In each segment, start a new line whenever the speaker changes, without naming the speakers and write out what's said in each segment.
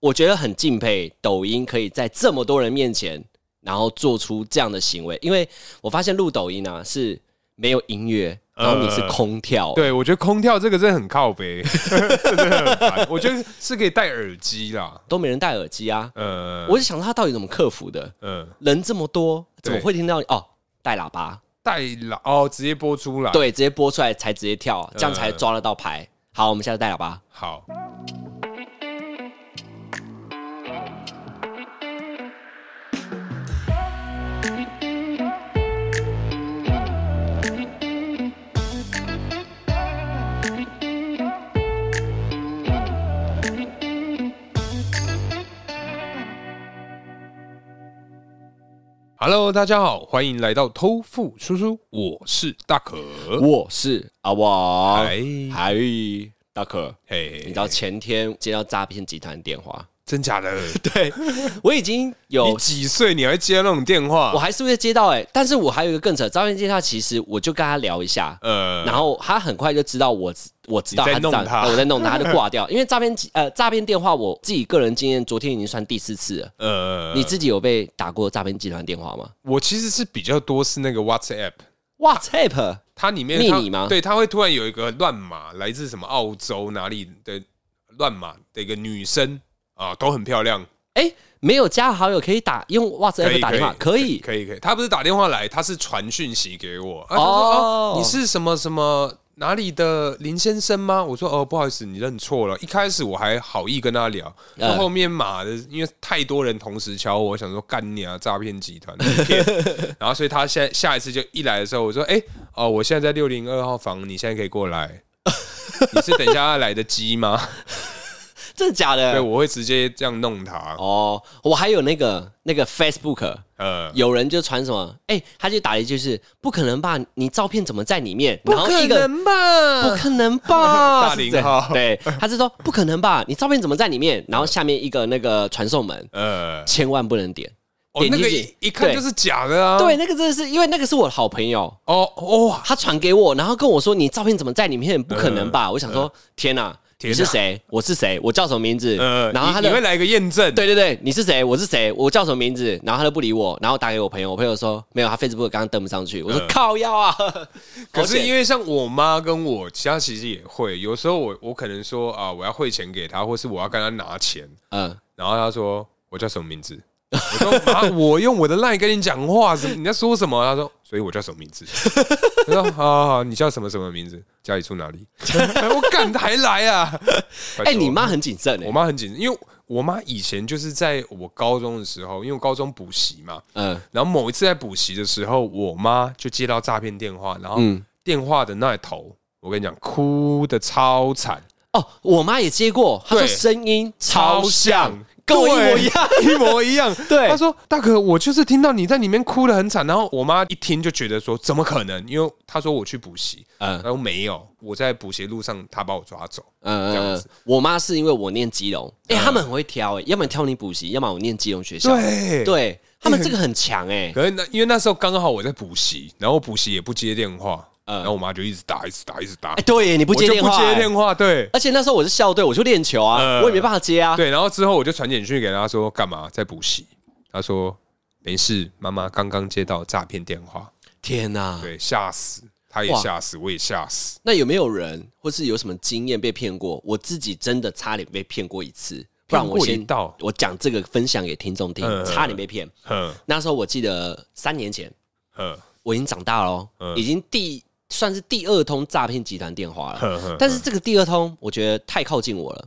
我觉得很敬佩抖音可以在这么多人面前，然后做出这样的行为，因为我发现录抖音啊是没有音乐，然后你是空跳、
对，我觉得空跳这个真的很 靠背，这真的很烦。我觉得是可以戴耳机啦，
都没人戴耳机啊。
呃，
我就想他到底怎么克服的？
嗯，
人这么多，怎么
对
会听到你？哦，带喇叭，
戴喇哦，直接播出来。，
对，直接播出来才直接跳，啊
呃
这样才抓得到牌。好，我们现在带喇叭。
好，Hello，大家好，欢迎来到偷富叔叔，我是大可。
我是阿王，
哎
嗨，大可，
嘿，
你知道前天接到诈骗集团电话，
真假的？
对我已经
哎你
有，
几岁你还接那种电话
我？还是会接到哎、但是我还有一个更扯，诈骗电话其实我就跟他聊一下。
呃，
然后他很快就知道我，我知道
你在
他
弄
诈
他
呃我在弄他，他就挂掉。因为诈骗集呃诈骗电话，我自己个人经验，昨天已经算第四次了。
呃，
你自己有被打过诈骗集团电话吗
我其实是比较多是那个 WhatsApp，
？WhatsApp
它里面
密
它
你吗
对，它会突然有一个乱码，来自什么澳洲哪里的乱码的一个女生啊，都很漂亮，
哎，没有加好友可以打用
可
WhatsApp
以
打电话，可以
可以可以，她不是打电话来，她是传讯息给我，啊，她说
哦
哦，你是什么什么。哪里的林先生吗？我说哦，不好意思，你认错了。一开始我还好意跟他聊，那、
嗯
后面马的，因为太多人同时敲我，我想说干你啊，诈骗集团，你 骗然后所以他下下一次就一来的时候，我说：“哎、哦，我现在在六零二号房，你现在可以过 来。你是等一下他来的鸡吗？
真的假
对，
的？
我会直接这样弄他。
哦，我还有那个那个 Facebook，
呃，
有人就传什么，哎，他就打了一句是不可能吧？你照片怎么在里面？然后一个。不
吧？
可能吧？
嗯 大
是
零
这样
号
对，他是说不可能吧？你照片怎么在里面？然后下面一个那个传送门，
呃，
千万不能点，
哦，
点
那
进
个
去
一一看
对
就是假的啊。
对，，那个真的是因为那个是我的好朋友，
哦哦，
他传给我，然后跟我说你照片怎么在里面？不可能吧？我想说，天哪、
嗯天
你
哪
是谁？我是谁？我叫什么名字？
呃，
然后他
你你会
的
来一个验证。
对对对，你是谁？我是谁？我叫什么名字？然后他就不理我，然后打给我朋友，我朋友说没有，他 Facebook 刚刚登不上去。我说、靠要啊！
嗯可是因
为
为像我妈跟我，其他其实也会，有时候我我可能说啊，我要汇钱给她，或是我要跟她拿钱，
嗯，
然后他说我叫什么名字？我说 啊，我用我的 line 跟你讲话，什么你在说什么？他说，所以我叫什么名字？我说好好好，你叫什么什么名字？家里住哪里？ 我干还来啊！
哎、你妈很谨慎哎、
我妈很紧张，因为我妈以前就是在我高中的时候，因为我高中补习嘛，
嗯，
然后某一次在补习的时候，我妈就接到诈骗电话，然后
嗯
电话的那头，我跟你讲，哭的超惨，
哦，我妈也接过，她说
对
声音超像，跟
跟
我
我
一模一 样。，
一模一样。
对
他说：“大哥，我就是听到你在里面哭得很惨。”然后我妈一听就觉得说：“怎么可能？”因为她说我去补习，
嗯
然后没有，我在补习路上她把我抓走。
嗯
这
嗯
样
嗯，我妈是因为我念基隆，哎、他们很会挑哎、要么挑你补习，要么我念基隆学校。
嗯对，哎
对他们这个很强哎、
可是那因为那时候刚好我在补习，然后我补习也不接电话，
嗯
然后我妈就一直打，一直打，一直打，
哎，对耶，你不
我
接
就
电
不
话、
接
哎
电话，对。
而且那时候我是校队，我去练球啊，
嗯
我也没办法接啊。
对，然后之后我就传简讯给她说干嘛在补习，她说没事，妈妈刚刚接到诈骗电话，
天哪、
对，吓死，她也
哇
吓死，我也吓死，
那有没有人或是有什么经验被骗过？我自己真的差点被骗过一次，不然我
骗过一
先
道
我讲这个分享给听众听，
嗯
差点被骗。
哼
那时候我记得三年前，
哼。
我已经长大了哦、
嗯
已经第算是第二通诈骗集团电话了。
呵呵
但是这个第二通，我觉得太靠近我了。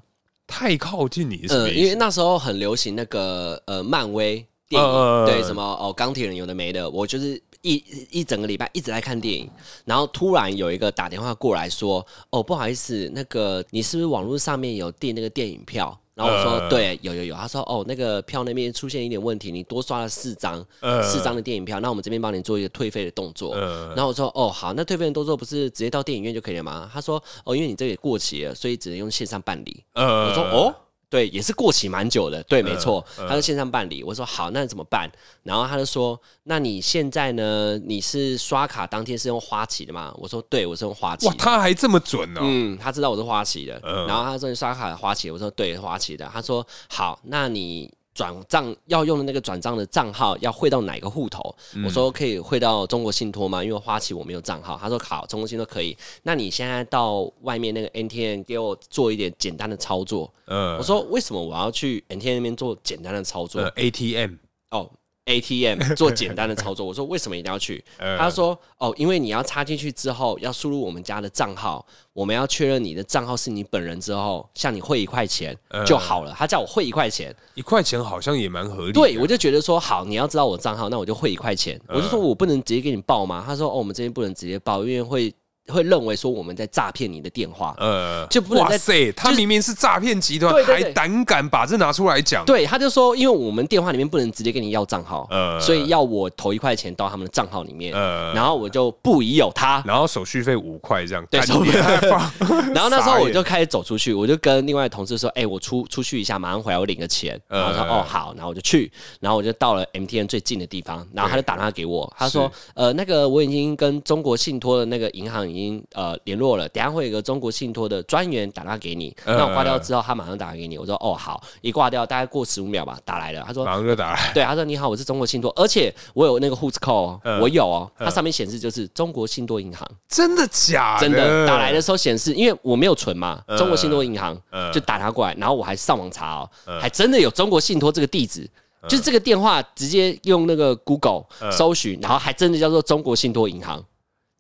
太靠近你是什么
呃，因
意
为
思？
那时候很流行那个呃漫威电影，
嗯嗯嗯嗯
对什么哦钢铁人有的没的，我就是一一整个礼拜一直在看电影，然后突然有一个打电话过来说，哦不好意思，那个你是不是网络上面有订那个电影票？然后我说、
嗯嗯嗯
对，有有有。他说哦，那个票那边出现一点问题，你多刷了四张，
嗯嗯
四张的电影票，那我们这边帮你做一个退费的动作。
呃，
然后我说哦好，那退费的动作不是直接到电影院就可以了吗？他说哦，因为你这个也过期了，所以只能用线上办理。
呃
我说哦，对，也是过期蛮久的，对，没错，
嗯
他说线上办理，我说好，那怎么办？然后他就说，那你现在呢？你是刷卡当天是用花旗的吗？我说对，我是用花旗
哇，。他还这么准哦！嗯
嗯，他知道我是花旗的，然后他说你刷卡花旗的，我说对，花旗的。他说好，那你转账要用的那个转账的账号要汇到哪个户头？
嗯
我说可以汇到中国信托吗？因为花旗我没有账号。他说好，中国信托可以。那你现在到外面那个 NTN 给我做一点简单的操作。
嗯
我说为什么我要去 NTN 那边做简单的操作？
呃，ATM，
哦。ATM 做简单的操作，我说为什么一定要去？他说哦，因为你要插进去之后，要输入我们家的账号，我们要确认你的账号是你本人之后，向你汇一块钱就好了。他叫我汇一块钱，
一块钱好像也蛮合理的。
对我就觉得说好，你要知道我账号，那我就汇一块钱。我就说我不能直接给你报吗？他说哦，我们这边不能直接报，因为会会认为说我们在诈骗你的电话。
呃，
就不能
哇
再
塞，他明明是诈骗集团
对，对
还
对
胆敢把这拿出来讲。
对，他就说，因为我们电话里面不能直接跟你要账号，
呃
所以要我投一块钱到他们的账号里面，
呃
然后我就不疑有他。
然后手续费五块这样，
对
干
手
你
续费
还放
然后那时
傻
候我
眼
就开始走出去，我就跟另外的同事说：“哎、我出出去一下，马上回来，我领个钱。”然后他说：“
呃
哦，好。”然后我就去，然后我就到了 MTN 最近的地方，然后他就打电话给我，他说：“呃，那个我已经跟中国信托的那个银行已经呃联络了，等一下会有一个中国信托的专员打电话给你。
呃
那我挂掉之后，他马上打给你。我说：“哦，好。”一挂掉，大概过十五秒吧，打来了。他说：“
马上就打来，
对，他说你好，我是中国信托，而且我有那个户 o 扣哦，
嗯
我有哦，它上面显示就是中国信托银行，
真的假
真的打来的时候显示，因为我没有存嘛，中国信托银行
嗯
就打他过来，然后我还上网查哦，还真的有中国信托这个地址。
嗯
就是这个电话直接用那个 Google 搜寻，然后还真的叫做中国信托银行，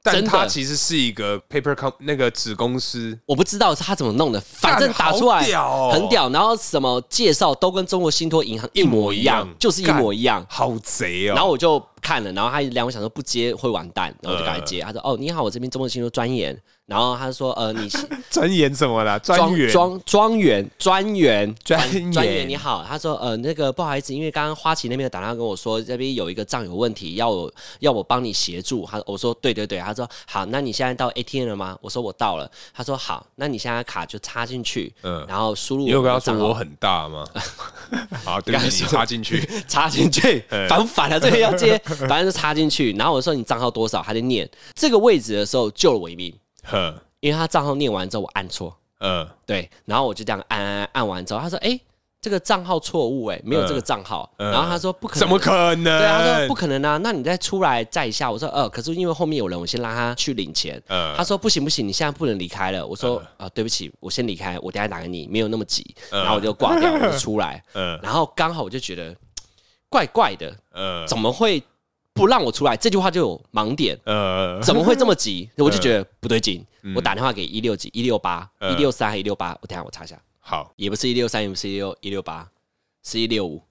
但
真的
他其实是一个 paper com 那个子公司，
我不知道他怎么弄的，反正打出来
干好屌哦
很屌，然后什么介绍都跟中国信托银行一模一
一
样
模一样，
就是一模一样。
好贼
然
哦！
后我就看了，然后他一直晾，我想说不接会完蛋，然后我就赶
嗯
快接。他说：“哦，你好，我这边中文星座专员。”然后他说：“呃，你
专研什么啦？专
庄
员
庄庄员专员
专
专
员
员你好。”他说：“呃，那个不好意思，因为刚刚花旗那边有打电话跟我说这边有一个账有问题，要我要我帮你协助。”他我说：“对对对。”他说：“好，那你现在到 ATM 了吗？”我说：“我到了。”他说：“好，那你现在卡就插进去，
嗯
然后输入
你有跟他
的
说
账号
我很大吗？好，对不
刚才
起，
说
你插进去。
插进去，
嗯
反反了、啊这个要接，反正就插进去。然后我说你账号多少，他就念这个位置的时候救了我一命，
呵，
因为他账号念完之后我按错，
呃，
对，然后我就这样按按按按完之后，他说哎、这个账号错误哎，没有这个账号。
嗯
然后他说不可能，
怎么可能？
对，他说不可能啊，那你再出来再一下。我说呃，可是因为后面有人，我先让他去领钱。
呃
他说不行不行，你现在不能离开了。我说
嗯
啊、呃对不起，我先离开，我等一下打给你，没有那么急。然后我就挂掉，我就出 来。
呃
然后刚好我就觉得怪怪的，
呃
怎么会不让我出来？这句话就有盲点，
呃，
怎么会这么 急？我就觉得不对劲。我打电话给一六几、一六八、一
嗯
六三还一六八，我等一下我查一下，
好，
也不是一六三，也不是一六一六八，是一六五。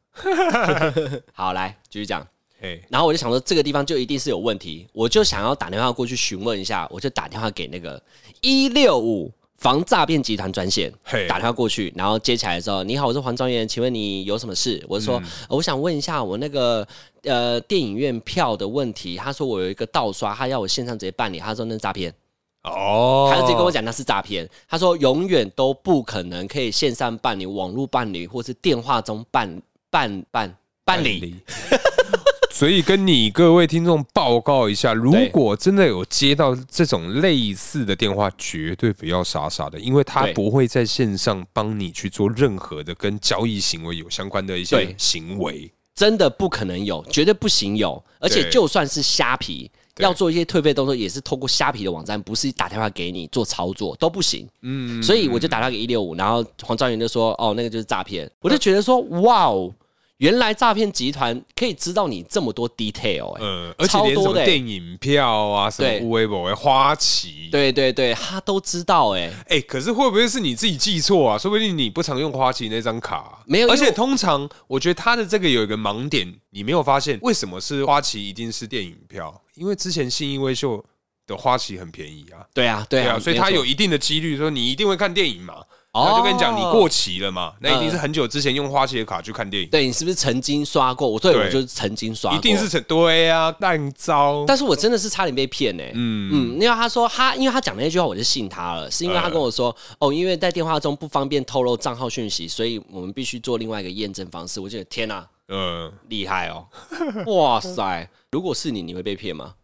好，来继续讲。
嘿，
然后我就想说，这个地方就一定是有问题，我就想要打电话过去询问一下，我就打电话给那个一六五防诈骗集团专线
嘿，
打电话过去，然后接起来的时候，你好，我是黄庄员，请问你有什么事？我就说、呃我想问一下我那个呃电影院票的问题，他说我有一个盗刷，他要我线上直接办理，他说那是诈骗。
哦，
他就直接跟我讲那是诈骗。他说永远都不可能可以线上办理、网络办理或是电话中办办办办理。。
所以跟你各位听众报告一下，如果真的有接到这种类似的电话，绝对不要傻傻的，因为他
对
不会在线上帮你去做任何的跟交易行为有相关的一些
对
行为。
真的不可能有，绝对不行有。而且就算是虾皮
对
要做一些退费动作，也是透过虾皮的网站，不是打电话给你做操作都不行。嗯，所以我就打到给一六五，然后黄兆元就说：“哦，那个就是诈骗。”我就觉得说：“哇哦，原来诈骗集团可以知道你这么多 detail 哎、
呃，而且
超
连什
多
么
的欸
电影票啊，什
对
么微博、花旗，
对对对，他都知道哎、
哎、可是会不会是你自己记错啊？说不定你不常用花旗那张卡啊、
没有
而
因为
且通常我觉得它的这个有一个盲点，你没有发现为什么是花旗一定是电影票？因为之前信义威秀的花旗很便宜啊，
对啊，对
对
啊，
啊，所以
没
它
错
有一定的几率说你一定会看电影嘛，
哦嗯
他就跟你讲你过期了嘛，那一定是很久之前用花旗的卡去看电影，
对你是不是曾经刷过？我对
对
我就是曾经刷过，
一定是。成对啊，烂糟。
但是我真的是差点被骗呢、嗯嗯，因为他说他，因为他讲那句话，我就信他了，是因为他跟我说，哦，因为在电话中不方便透露账号讯息，所以我们必须做另外一个验证方式。我觉得天哪、
嗯，
厉害 哦！哇塞，如果是你，你会被骗吗？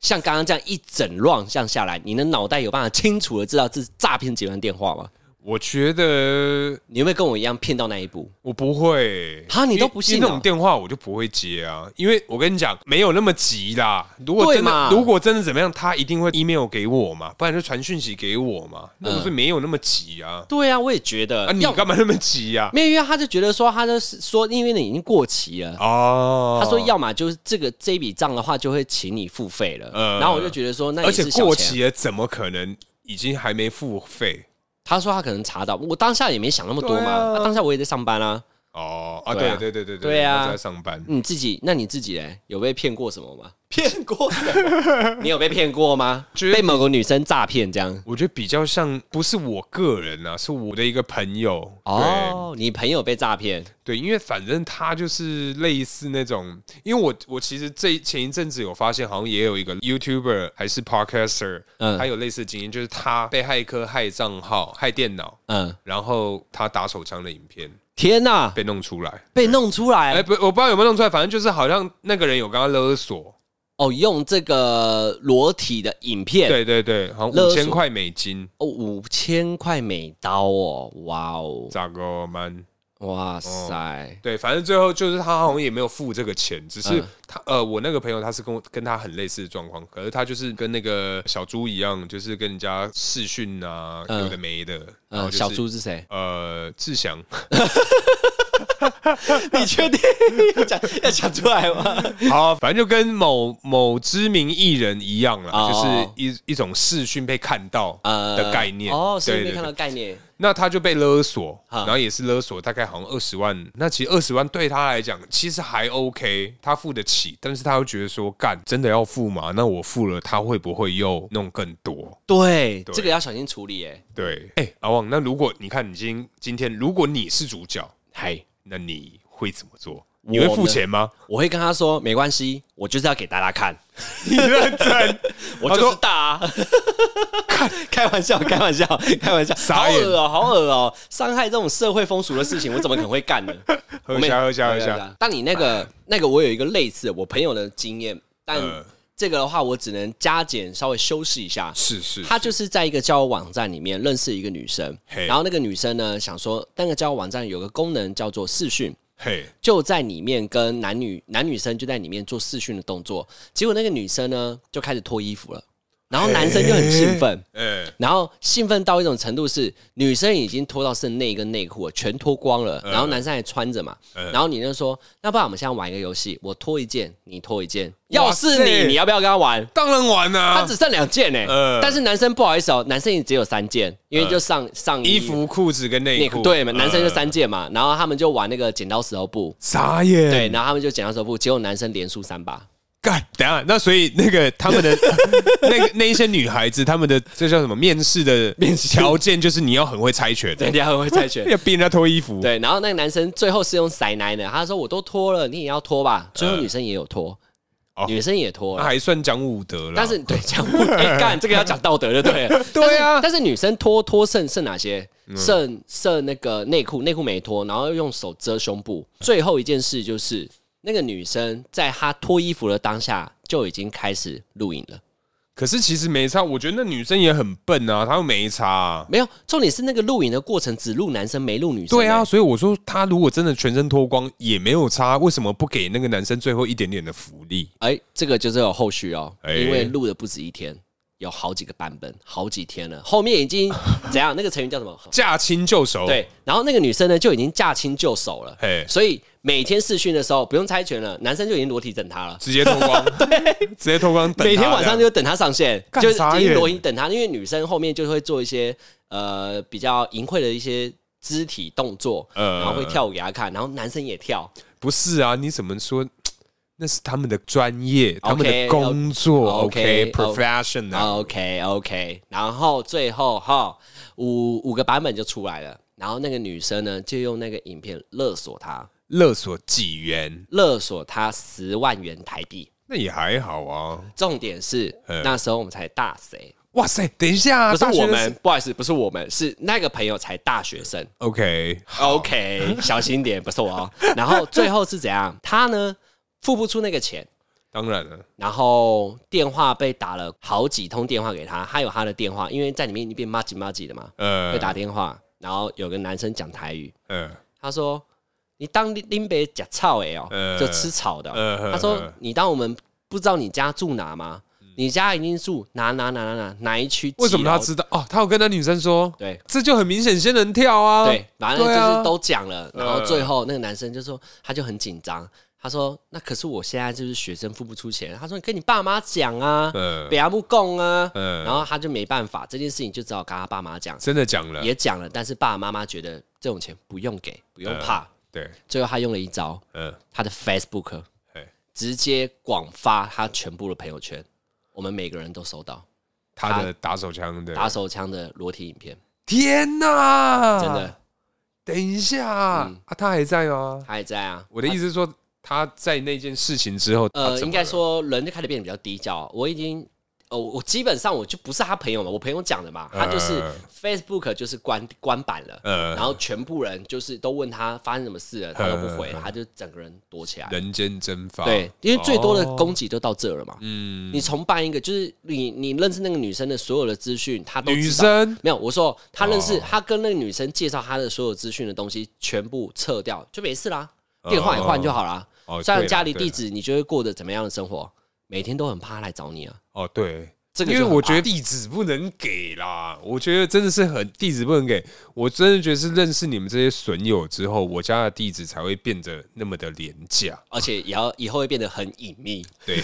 像刚刚这样一整乱像下来，你的脑袋有办法清楚的知道这是诈骗集团电话吗？
我觉得
你有没有跟我一样骗到那一步？
我不会
哈你都
因为
不信哦
因为那种电话，我就不会接啊，因为我跟你讲，没有那么急啦。如果
对
真的
嘛，
如果真的怎么样，他一定会 email 给我嘛，不然就传讯息给我嘛，那不是没有那么急啊？
对啊，我也觉得。
啊，你
嗯要
干嘛那么急啊呀？
没有，因为他就觉得说，他就是说，因为你已经过期了。
哦，
他说，要么就是这个这一笔账的话，就会请你付费了。
呃
然后我就觉得说，那也
而且
是小
过
钱。啊
期了，怎么可能已经还没付费？
他说他可能查到，我当下也没想那么多嘛。
对啊
那当下我也在上班啊。
哦啊，
对
对
啊
对对对
对啊
我在上班。
你自己，那你自己嘞，有被骗过什么 吗？骗过什么？ 你有被骗过吗？
觉得
被某个女生诈骗这样？
我觉得比较像，不是我个人啊，是我的一个朋友。对，
哦，你朋友被诈骗，
对，因为反正他就是类似那种，因为我我其实这前一阵子有发现，好像也有一个 YouTuber 还是 Podcaster，
嗯
他有类似的经验，就是他被骇客害账号、害电脑，
嗯，
然后他打手枪的影片
天哪、
被弄出来。
被弄出
哎、
来
不，我不知道有没有弄出来，反正就是好像那个人有跟他勒索，
哦，用这个裸体的影片，
对对对，好像
哎勒
五
索
千块美金，
哦，五千块美刀哦，哇哦，
咋个man？
哇塞，
对，反正最后就是他好像也没有付这个钱，只是
嗯
他、呃，我那个朋友他是跟我跟他很类似的状况，可是他就是跟那个小猪一样，就是跟人家视讯啊，
嗯
有的没的，然后
嗯，
就是、？
小猪是谁
呃志祥，
你确定要讲要讲出来吗？
好，反正就跟某某知名艺人一样啦，
哦
就是一一种视讯被看到的概 念
哦，是
对
没
对
看
对
到概念，
那他就被勒索，
哈
然后也是勒索，大概好像二十万。那其实二十万对他来讲其实还 OK，他付得起，但是他又觉得说，干真的要付吗？那我付了，他会不会又弄更多？
对，
对
这个要小心处理，哎，
对，哎、老王，那如果你看你今今天，如果你是主角，
嗨。
那你会怎么做？你会付钱吗？
我会跟他说没关系，我就是要给大家看，
你认真？
我就是大啊！ 开玩笑，开 玩笑，开玩笑，好
眼
恶哦、好恶哦、伤害这种社会风俗的事情，我怎么可能会干呢？
喝
我没
一下，喝一下，喝一下。。
当你那个那个，我有一个类似的我朋友的经验，但
嗯
这个的话，我只能加减稍微修饰一下。
是是，
他就是在一个交友网站里面认识一个女生，
嘿
然后那个女生呢想说，那个交友网站有个功能叫做视讯，
嘿，
就在里面跟男女男女生就在里面做视讯的动作，结果那个女生呢就开始脱衣服了，然后男生就很兴奋，
哎、
然后兴奋到一种程度是女生已经脱到剩内跟内裤了，全脱光了，
嗯
然后男生还穿着嘛，然后你就说，那不然我们现在玩一个游戏，我脱一件，你脱一件，要是
塞
你，你要不要跟他玩？
当然玩啊啦、
他只剩两件呢、
嗯
但是男生不好意思哦，男生也只有三件，因为就上、上
呃衣服、裤子跟内
内
裤，
裤对嘛，男生就
呃嗯
三件嘛，然后他们就玩那个剪刀石头布，
傻眼，
对，然后他们就剪刀石头布，结果男生连输三把，
干，等一下，那所以那个 他们的那个那一些女孩子，他们的这叫什么面试的
面试
条件，就是你要很会猜拳，
人家很会猜拳。
要逼人家脱衣服，
对，然后那个男生最后是用塞奶的，他说我都脱了，你也要脱吧。最后女生也有脱，
呃哦
女生也脱
那
了，
还算讲武德了。
但是对讲不哎干、这个要讲道德就对了。
啊 对啊嗯
但是但是女生脱脱剩剩哪些？剩剩那个内裤，内裤没脱，然后用手遮胸部。最后一件事就是，那个女生在她脱衣服的当下就已经开始录影了。
可是其实没差，我觉得那女生也很笨啊，她又没差啊、
没有，重点是那个录影的过程只录男生没录女生、
对啊，，所以我说她如果真的全身脱光也没有差，为什么不给那个男生最后一点点的福利？
哎，这个就是有后续哦，
哎
因为录的不止一天，有好几个版本，好几天了，后面已经 怎样？那个成语叫什么？
驾轻就熟，
对，然后那个女生呢就已经驾轻就熟了
哦嘿，
所以每天试训的时候不用猜拳了，男生就已经裸体等她了。
直接脱 光，对，直接脱 光等她，
每天晚上就等她上线，
干
就是
傻
已
眼
经裸体等她，因为女生后面就会做一些呃比较淫秽的一些肢体动作，
呃
然后会跳舞给她看，然后男生也跳，
不是啊？你怎么说？那是他们的专业，他们的
OK，哦
工作
OK，哦
，OK，professional。
OK OK，然后最后哈五五个版本就出来了，然后那个女生呢就用那个影片勒索他，
勒索几元？
勒索他十万元台币。
那也还好啊。
重点是那时候我们才大谁，
哇塞，等一下啊，
不是
大学
我
的
们，不好意思，不是我们，是那个朋友才大学生。
OK，
OK，小心点，不是我哦。然后最后是怎样？他呢付不出那个钱，
当然了，
然后电话被打了好几通电话给他，他有他的电话，因为在里面一边骂唧骂唧的嘛，
呃
会打电话，然后有个男生讲台语，
呃
他说：“你当林北假草哎哦
呃，
就吃草的哦、
呃呵
他说
呵：“
你当我们不知道你家住哪吗？你家一定住哪哪哪哪哪哪一区？
嗯为什么他
几楼
知道？哦，他有跟那女生说，
对
这就很明显仙人跳啊。
对，反正就
对啊
是都讲了，然后最后那个男生就说，他就很紧张，他说：“那可是我现在就是学生付不出钱。”他说：“你跟你爸妈讲啊，
嗯
北阿木供啊。”
嗯
然后他就没办法，这件事情就只好跟他爸妈讲，
真的讲了，
也讲了，但是爸爸妈妈觉得这种钱不用给，不
嗯
用怕。
对，
最后他用了一招，
嗯，
他的 Facebook
嘿
直接广发他全部的朋友圈，我们每个人都收到
他的打手枪的，
打手枪的裸体影片，
天哪，
真的，嗯
等一下啊，他还在哦吗？
他还在啊。
我的意思是说，他在那件事情之后，他
呃，
怎么
应该
了，
说人就开始变得比较低调。我已经，呃，我基本上我就不是他朋友嘛，我朋友讲的嘛，他就是
呃
Facebook 就是关关版了，
呃
然后全部人就是都问他发生什么事
嗯
了，他都不回，他就整个人躲起来。
人间蒸发，
对，因为最多的
哦
攻击就到这了嘛。
嗯，
你重办一个，就是你你认识那个女生的所有的资讯，他都知道
女生
没有。我说他认
哦
识、他跟那个女生介绍他的所有资讯的东西，全部撤掉就没事啦，电话也换就好啦。
哦
虽然
对啦
家里
对啦
地址，你就会过得怎么样的生活？每天都很怕他来找你啊。
哦，对。
这个
因为
就很
我觉得地址不能给啦，我觉得真的是很地址不能给，我真的觉得是认识你们这些损友之后，我家的地址才会变得那么的廉价。
而且也要以后会变得很隐秘
对，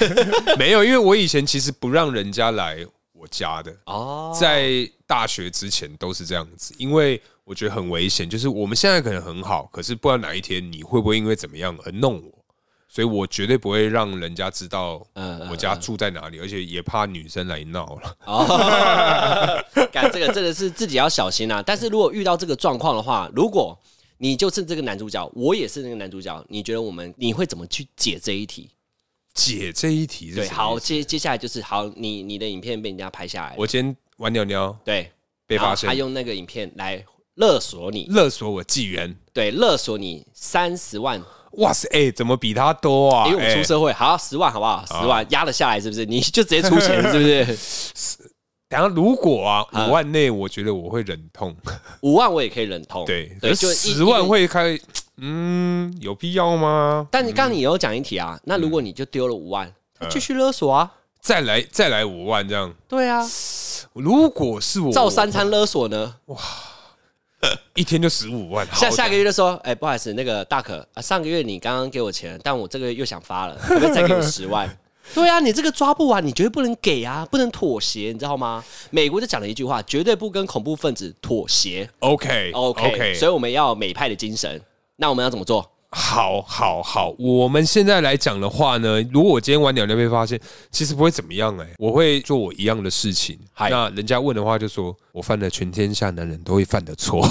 没有，因为我以前其实不让人家来我家的，
哦。
在大学之前都是这样子，因为我觉得很危险。就是我们现在可能很好，可是不知道哪一天你会不会因为怎么样而弄我，所以我绝对不会让人家知道呃
嗯
我家住在哪里，而且也怕女生来闹了。
哦， 干这个真的是自己要小心啊！但是如果遇到这个状况的话，如果你就是这个男主角，我也是那个男主角，你觉得我们你会怎么去解这一题？
姐，这一题是
对，
什么
好，
意思，
接接下来就是好，你你的影片被人家拍下来了，
我今天玩尿尿
对，
被
然
发
后他
现，
用那个影片来勒索你，
勒索我纪元。
对，勒索你三十万，
哇塞，哎、怎么比他多啊？
因为我们
哎啊
出社会，好十万好不好？十万压得下来是不是？你就直接出钱是不 是？
等下如果啊，
嗯
五万内，我觉得我会忍痛。
五万我也可以忍痛，
对，
嗯对，
可
就是一
十万。
一
会开，嗯，有必要吗？
但你刚刚你有讲一题啊，那如
嗯
果你就丢了五万，他继续勒索啊，
再来再来五万这样。
对啊，
如果是我，
照三餐勒索呢？
一天就十五万，好
下下个月就说，哎，不好意思，那个大可，啊上个月你刚刚给我钱，但我这个月又想发 了，可不可以再给我十万？对啊，你这个抓不完，你绝对不能给啊，不能妥协，你知道吗？美国就讲了一句话，绝对不跟恐怖分子妥协。
OK
OK，, 所
OK，
以我们要美派的精神。那我们要怎么 做？
好好好，我们现在来讲的话呢，如果我今天晚鸟鸟被发现，其实不会怎么样哎、我会做我一样的事情。
嗨
那人家问的话就说，我犯了全天下男人都会犯 的错，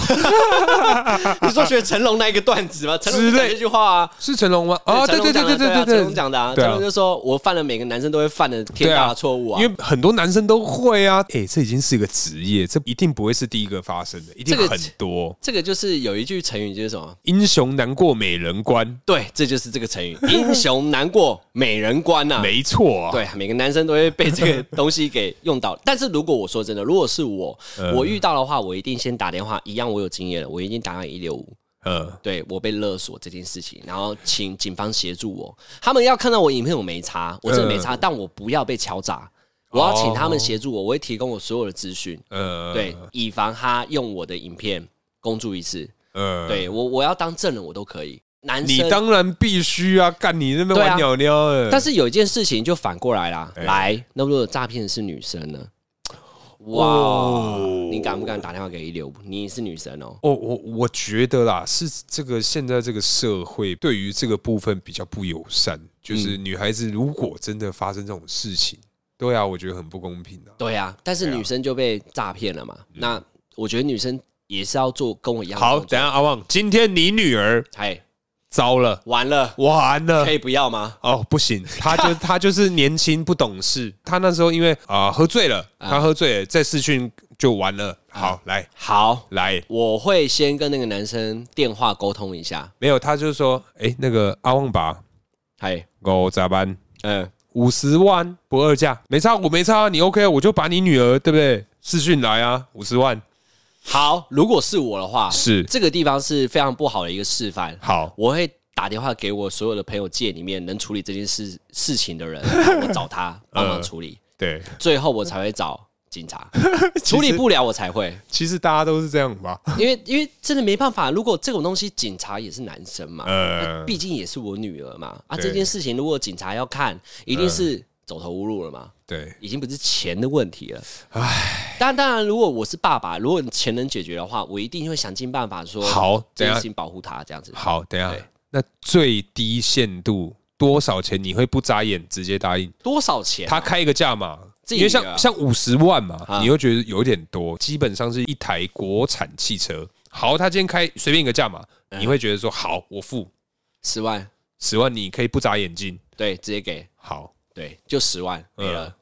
你说学成龙那一个段子吗？成龙就
之类
讲这句话啊。
是成龙吗？啊，对
成龙
对对
讲的
对
啊
对
成龙
对
讲的啊，
对
成
啊
龙就说：“我犯了每个男生都会犯的天大的错误啊。”
因为很多男生都会啊，哎、这已经是一个职业，这一定不会是第一个发生的，一定
这个
很多。
这个就是有一句成语，就是什么？
英雄难过美人关，
对，这就是这个成语“英雄难过美人关”呐。
没错、啊。
对，每个男生都会被这个东西给用到。但是如果我说真的，如果是我，我遇到的话，我一定先打电话，一样我有经验了，我一定打给一六五。
呃，
对我被勒索这件事情，然后请警方协助我。他们要看到我影片，我没查，我真的没查，但我不要被敲诈，我要请他们协助我，我会提供我所有的资讯，
呃，
对，以防他用我的影片公诸于世。
呃，
对我，我要当证人，我都可以。男
你
生，
当然必须啊，干你那边
对啊
玩鸟鸟、欸，
但
是
是有一件事情就反过来啦，
哎
来，那如果诈骗的是女生呢？哇
哦，
你敢不敢打电话给一六五？你是女生哦。
哦，我我觉得啦，是这个现在这个社会对于这个部分比较不友善，就是
嗯
女孩子如果真的发生这种事情，对啊，我觉得很不公平啊。
对呀、但是
对啊嗯
女生就被诈骗了嘛。那我觉得女生也是要做跟啊我一样的
好，
动作，
等一下阿旺，今天你女儿
哎，
糟了，
完 了，
完了
可。以不要吗？
哦，不行，她 就她就是年轻不懂事，她那时候因为啊、喝醉了，她喝醉了，在试训就完了。
啊
好，来
好，
来，
我会先跟那个男生电话沟通一下。
没有，她就说，哎、那个阿旺吧，
哎，
我咋办？
嗯，
五十万不二价，没差，我没差啊，你 OK，啊我就把你女儿对不对？视讯来啊，五十万
好，如果是我的话，
是
这个地方是非常不好的一个示范。
好，
我会打电话给我所有的朋友界里面能处理这件事事情 的人，然后我找他
嗯
帮忙处理，
对，
最后我才会找警 察，处理不了我才会，
其实大家都是这样吧，
因为因为真的没办法，如果这种东西警察也是男生嘛，
呃，
毕竟也是我女儿嘛，啊，
对嗯
这件事情如果警察要看，一定是走投无路了嘛。
对，
已经不是钱的问题了，唉。但当然，如果我是爸爸，如果钱能解决的话，我一定会想尽办法说
好，
这件
等一下
事情保护他这样子。
好，等一下
对，
那最低限度多少钱你会不眨眼直接答应？
多少钱？
他开一个价码，
自己
因为
的
像
啊
像五十万嘛，
啊
你又觉得有点多，基本上是一台国产汽车。好，他今天开随便一个价码，你会觉得说好，我付
十万，
十万，你可以不眨眼睛。
对，直接给，
好，
对，就十万没
嗯
了。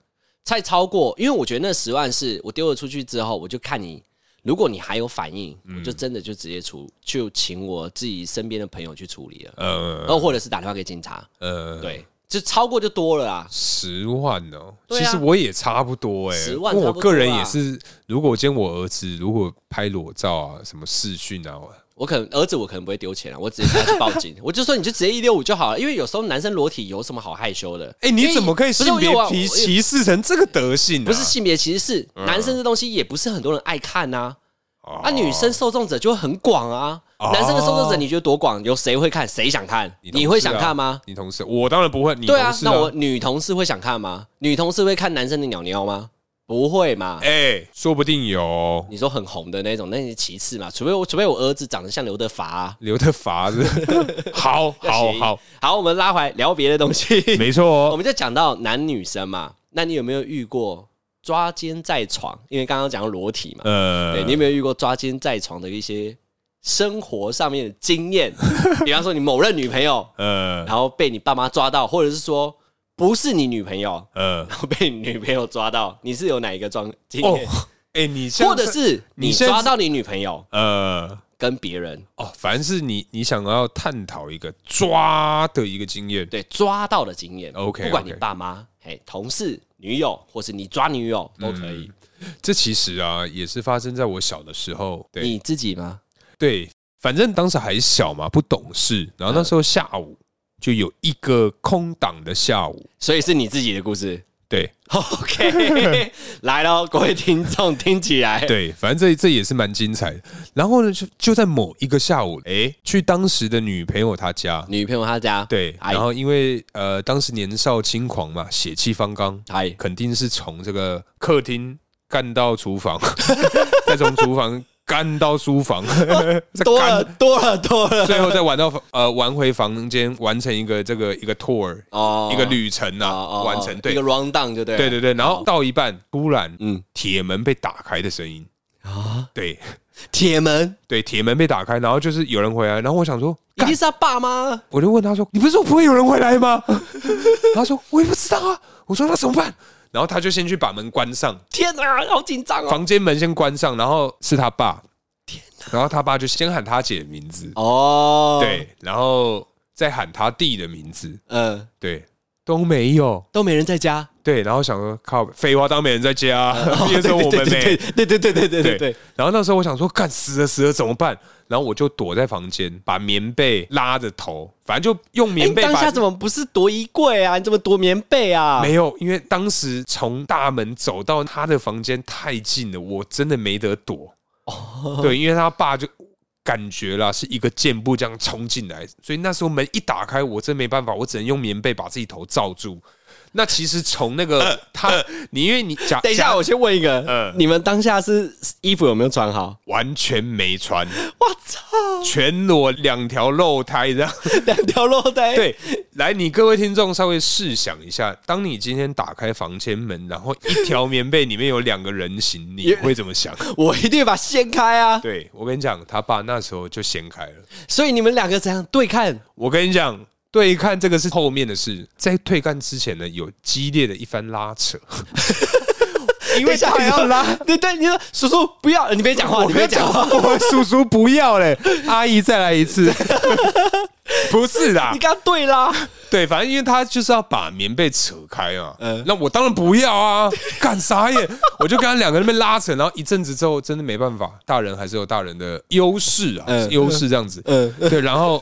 再超过，因为我觉得那十万是我丢了出去之后，我就看你，如果你还有反应，我就
嗯
真的就直接处，就请我自己身边的朋友去处理了，
呃
呃，或者是打电话给警察。
呃，
对，就超过就多了啊。
十万哦、
对啊
其实我也差不多哎、欸，
10万
因为我
差不多
个
啦
人也是，如果今天我儿子如果拍裸照啊，什么视讯啊，
我可能儿子我可能不会丢钱啊，我直接给他去报警， 我就说你就直接一六五就好了，因为有时候男生裸体有什么好害羞的？
哎、你怎么可以性
不是
别
因为我
歧歧视成这个德性、啊？
不是性别歧视，是
嗯
男生这东西也不是很多人爱看呐、
哦
啊，女生受众者就很广啊。
哦
男生的受众者你觉得多广？有谁会看？谁想看？
同事啊
你会想看吗？？
你同事，我当然不会。你同
对
事、
啊，那我女同事会想看吗？女同事会看男生的鸟鸟吗？不会嘛。
哎、说不定有
你说很红的那种，那是其次嘛。除非我，除非我儿子长得像刘德华啊、
留的法子。 好 好
要写
好，
好，我们拉回来聊别的东西。
没 错
我
哦。
们就讲到男女生嘛，那你有没有遇过抓奸在床？因为刚刚讲到裸体嘛，
呃
哎对你有没有遇过抓奸在床的一些生活上面的经 验？比方说你某任女朋友，
呃
然后被你爸妈抓到，或者是说不是你女朋友，
呃，
然后被你女朋友抓到，你是有哪一个装经
哦
验？，
哎、你像
或者是
你
你
现在
抓到你女朋友
呃。
跟别人，
哦，反正是你你想要探讨一个抓的一个经验，
对抓到的经验
OK，
不管你
OK
爸妈、哎同事、女友，或是你抓女友都可
嗯
以。
这其实啊也是发生在我小的时候，对
你自己吗？
对，反正当时还小嘛，不懂事，
嗯
然后那时候下午就有一个空档的下午，
所以是你自己的故事。
对
OK，来 喽，各位听众，听起来
对，反正这这也是蛮精彩的。然后呢，就就在某一个下午，诶，去当时的女朋友她家，
女朋友她家
对，
哎
然后因为呃当时年少轻狂嘛，血气方刚，
哎
肯定是从这个客厅干到 厨房，再从厨房干到书房，再
多了
干，
多了多了
最后再玩到房呃玩回房间，完成一个这个一个 tour、
哦
一个旅程啊，
哦哦
完成
一
对
个 round down 就对了哦
对对对，然后到一半突然
嗯
铁门被打开的声音啊，对
铁门
对，铁门被打开，然后就是有人回来，然后我想说。
一定是他爸妈
我就问他说：“你不是说不会有人回来吗？”他说：“我也不知道啊。”我说：“那怎么办？”然后他就先去把门关上，
天啊，好紧张哦！
房间门先关上，然后是他爸，然后他爸就先喊他姐的名字，
哦，，
对，然后再喊他弟的名字，
嗯、
对，都没有，
都没人在家，
对，然后想说靠，废话，当没人在家， 变成我们
哦对
没。
对对对对对对对，
然后那时候我想说，干死了死了怎么办？然后我就躲在房间，把棉被拉着头，反正就用
哎，
棉
你
被
当
把
下怎么不是夺衣柜啊？你怎么夺棉被啊？
没有，因为当时从大门走到他的房间太近了，我真的没得躲。
哦
对，因为他爸就感觉啦，是一个箭步这样冲进来，所以那时候门一打开，我真没办法，我只能用棉被把自己头罩住。那其实从那个他，你因为你假
呃等一下，
假
我先问一个，
嗯
你们当下是衣服有没有穿好？
完全没穿，
我操，
全裸两条露胎 这样。
两条落带，，
对，来，你各位听众稍微试想一下，当你今天打开房间门，然后一条棉被里面有两个人形，你会怎么想？
我一定把它掀开啊！
对我跟你讲，他爸那时候就掀开了。
所以你们两个怎样对看？
我跟你讲，对看这个是后面的事，在对看之前呢，有激烈的一番拉扯，因为他
还，
要拉。
对对，你说叔叔不要，你别讲话，你别讲话，
我叔叔不要嘞，阿姨再来一次。 不是啦
你，刚刚对啦，
对，反正因为他就是要把棉被扯开啊，
嗯
那我当然不要啊，干啥耶？我就跟他两个人被拉扯，然后一阵子之后，真的没办法，大人还是有大人的优势啊，
嗯
优势这样子，
嗯
对，然后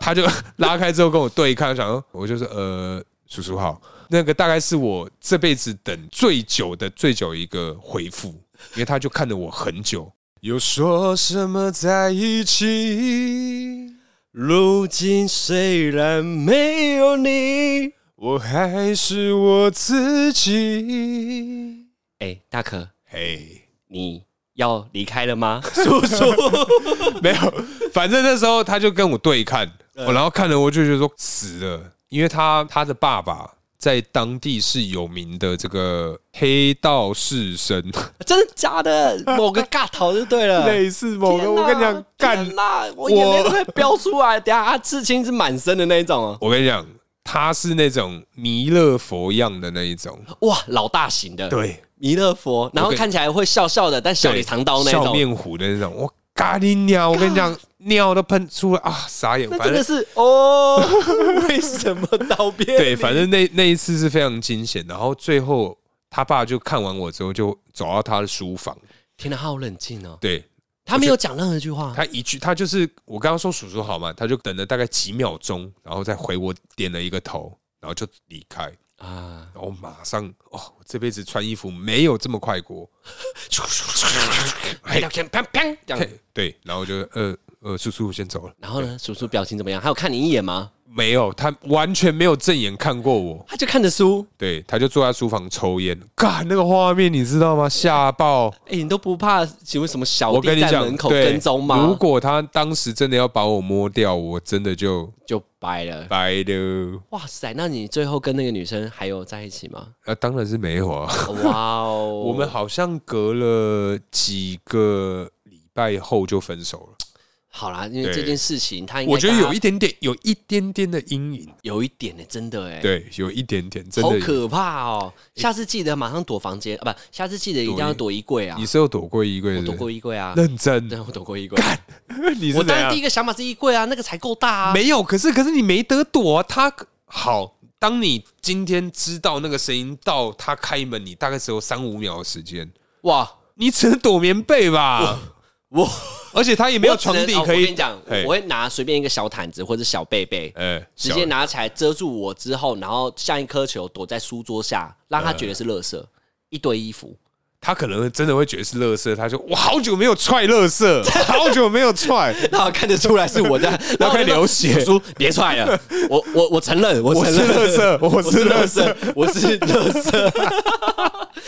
他就拉开之后跟我对看，我想说，我就说呃，叔叔好，那个大概是我这辈子等最久的最久一个回复，因为他就看了我很久，又说什么在一起。
如今虽然没有你，
我还是我自己。
哎，大可，
嘿、
你要离开了吗？ 叔叔，
没有，反正那时候他就跟我对看，
嗯
我然后看了我就觉得说死了，因为他他的爸爸在当地是有名的这个黑道士绅，
真的假的？某个尬头就 对了。
类似某个，
天
我
哪
跟你讲，干
天哪我眼泪都快飙出来，等一下他刺青是满身的那一种哦，
我跟你讲，他是那种弥勒佛样的那一种，
哇，老大型的，
对，
弥勒佛，然后
我跟
看起来会笑笑的，但小
对
里藏刀那一
笑
种，
面虎的那种，我咖喱尿，我跟你讲，尿都喷出来啊，傻眼，
那
反
真的
正。
是哦， 为什么刀片？
对，反正那那一次是非常惊险。然后最后他爸就看完我之后，就走到他的书房，
天哪，他好冷静哦，
对
他没有讲任何一句话，
他一句，他就是我刚刚说叔叔好嘛，他就等了大概几秒钟，然后再回我点了一个头，然后就离开。
啊，
然后马上哦，我这辈子穿衣服没有这么快过。
拍到天砰砰这样。
嘿对，然后就呃呃，叔叔我先走了。
然后呢，叔叔表情怎么样？还有看你一眼吗？
没有，他完全没有正眼看过我。
他就看着书，
对，他就坐在书房抽烟，干那个画面你知道吗？吓爆！
哎，你都不怕？请问什么小
我
弟
跟你
在
讲，
门口
对
跟踪吗？
如果他当时真的要把我摸掉，我真的就
就掰了。
拜了。
哇塞，那你最后跟那个女生还有在一起 吗？
啊，当然是没有啊。
哇哦，
我们好像隔了几个礼拜后就分手了。
好啦，因为
对
这件事情，他应该
我觉得
大家
有一点点，有一点点的阴影。
有一点呢，真的哎，
对，有一点点，真
好
的有。
可怕哦！下次记得马上躲房间啊，不，下次记得一定要躲衣柜啊
你。是有躲过衣柜
我
的？
躲过衣柜啊，
认真。
对，我躲过衣柜。
你是
我
怎
当
样
然第一个想法是衣柜啊，那个才够大啊。
没有，可是可是你没得躲、啊。他好，当你今天知道那个声音到他开门，你大概只有三五秒的时间，
哇，
你只能躲棉被吧？
我
而且他也没有床底
我只能哦
可
我跟
以哎
你。讲，
嘿
我会拿随便一个小毯子或者小被被，
呃，
直
小
接拿起来遮住我之后，然后像一颗球躲在书桌下，让他觉得是垃圾，一堆衣服。
他可能真的会觉得是乐色，他说我好久没有踹乐色， 好久没有踹，
然后看得出来是我 的，
然
然
后
后
开始流血
叔叔别出来了，我我我承认，我
我
承
是
认
乐色，我是乐色。
色，我是乐色。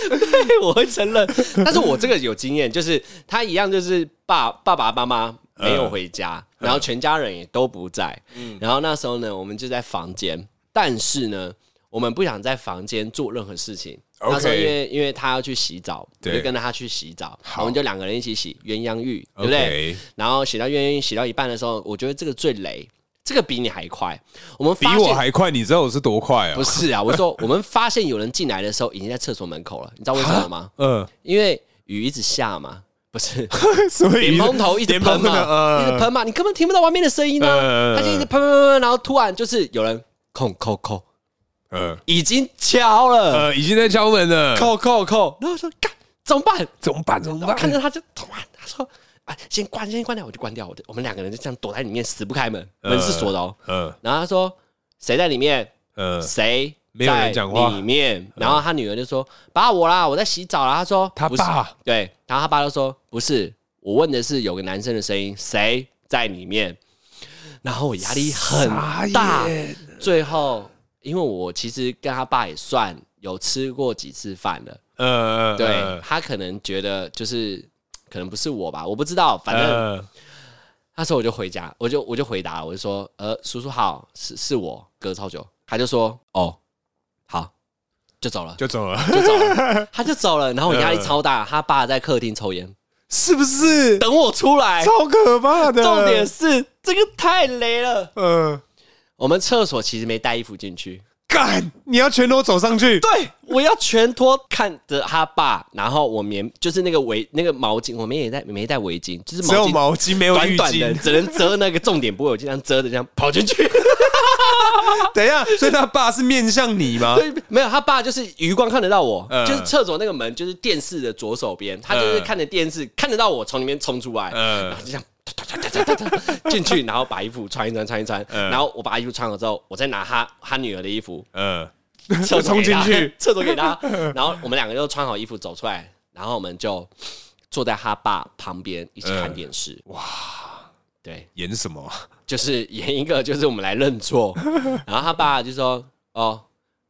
对，我会承认，但是我这个有经验，就是他一样，就是爸爸爸妈妈没有回家，
嗯
然后全家人也都不在，然后那时候呢，我们就在房间，但是呢，我们不想在房间做任何事情。
OK
那时候因为因为他要去洗澡，我
对
就跟着他去洗澡，
好
我们就两个人一起洗鸳鸯浴，对不对？
OK
然后洗到鸳鸯浴洗到一半的时候，我觉得这个最雷，这个比你还快。我们
比
发现
我还快，你知道我是多快啊
不？是啊，我说我们发现有人进来的时候已经在厕所门口了，你知道为什么吗？
嗯，
因为雨一直下嘛，不是
所以
脸盆头一直喷
脸啊盆头啊呃
嘛，一直喷嘛，你根本听不到外面的声音
嗯嗯嗯
啊，他就一直喷喷喷喷，然后突然就是有人叩叩叩，
呃
已经敲了，
呃，已经在敲门了，
叩叩叩，然后我说干怎么办？
怎么办？怎么
我看
办？
着他就突然他说。啊，先关，先关掉，我就关掉。我就我们两个人就这样躲在里面，死不开门，门是锁的哦。
呃
然后他说：“谁在里面？
呃，
谁
没有人
在
讲话嗯
里面，然后他女儿就说：“爸，我啦，我在洗澡啦。”他说：“
他
不是
爸。”
对，然后他爸就说：“不是，我问的是有个男生的声音，谁在里面？”然后我压力很
傻
大
眼，
最后因为我其实跟他爸也算有吃过几次饭了，
呃，
对、
呃
他可能觉得就是可能不是我吧，我不知道，反正、
呃
那时候我就回家，我就我就回答了，我就说，呃，叔叔好，是是我，隔了超久，他就说，哦，好，就走了，
就走了，
就走 了，他就走了，然后我压力
嗯
超大，他爸在客厅抽烟，
是不是？
等我出来，
超可怕的，
重点，是这个太雷了，
呃，
我们厕所其实没带衣服进去，
干，你要全裸走上去，
对我要全脱，看着他爸，然后我棉就是那个围那个毛巾，我们也带没带围巾，就是
只
毛
有
巾。
毛巾没有
短
浴
短的，
巾。
只能遮那个重点部位，我经常遮的这样跑进去。
等一下，所以他爸是面向你吗？
对，没有，他爸就是余光看得到我，
嗯
就是厕所那个门就是电视的左手边，他就是看着电视、看得到我从里面冲出来，然
呃
后，就这样。哒哒哒哒哒哒哒进去，然后把衣服穿一穿，穿一穿，
嗯
然后我把衣服穿好之后，我再拿他他女儿的衣服，
呃，
厕所
冲
给
进
他
去
厕所给他，然后我们两个就穿好衣服走出来，然后我们就坐在他爸旁边一起看电视。哇，对，
演什么？
就是演一个，就是我们来认 错。然后他爸就说：“哦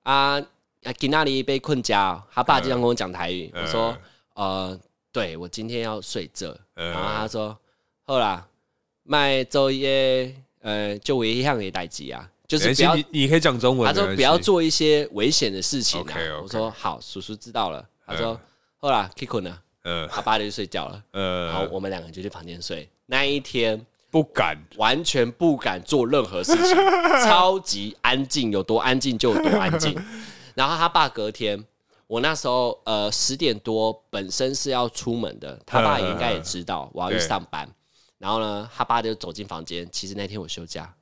啊啊，吉那里被困家哦。”他爸经常跟我讲台语，
嗯
我说：“呃，对我今天要睡这。”
嗯
然后他说：“好啦，卖周一呃，就为一样的代志啊，就是
没
不
关
要
系，你你可以讲中文，
他说
没关系
不要，做一些危险的事情啊。
OK，OK
我说好，叔叔知道了。他说
嗯
后来 Kiko 呢，
呃
他爸就去睡觉了，然后
呃，
我们两个就去房间睡。那一天
不敢，
完全不敢做任何事 情，超级安静，有多安静就有多安 静。然后他爸隔天，我那时候呃十点多本身是要出门的，他爸也应该也知道我要去
对
上班。然后呢，他爸就走进房间，其实那天我休假，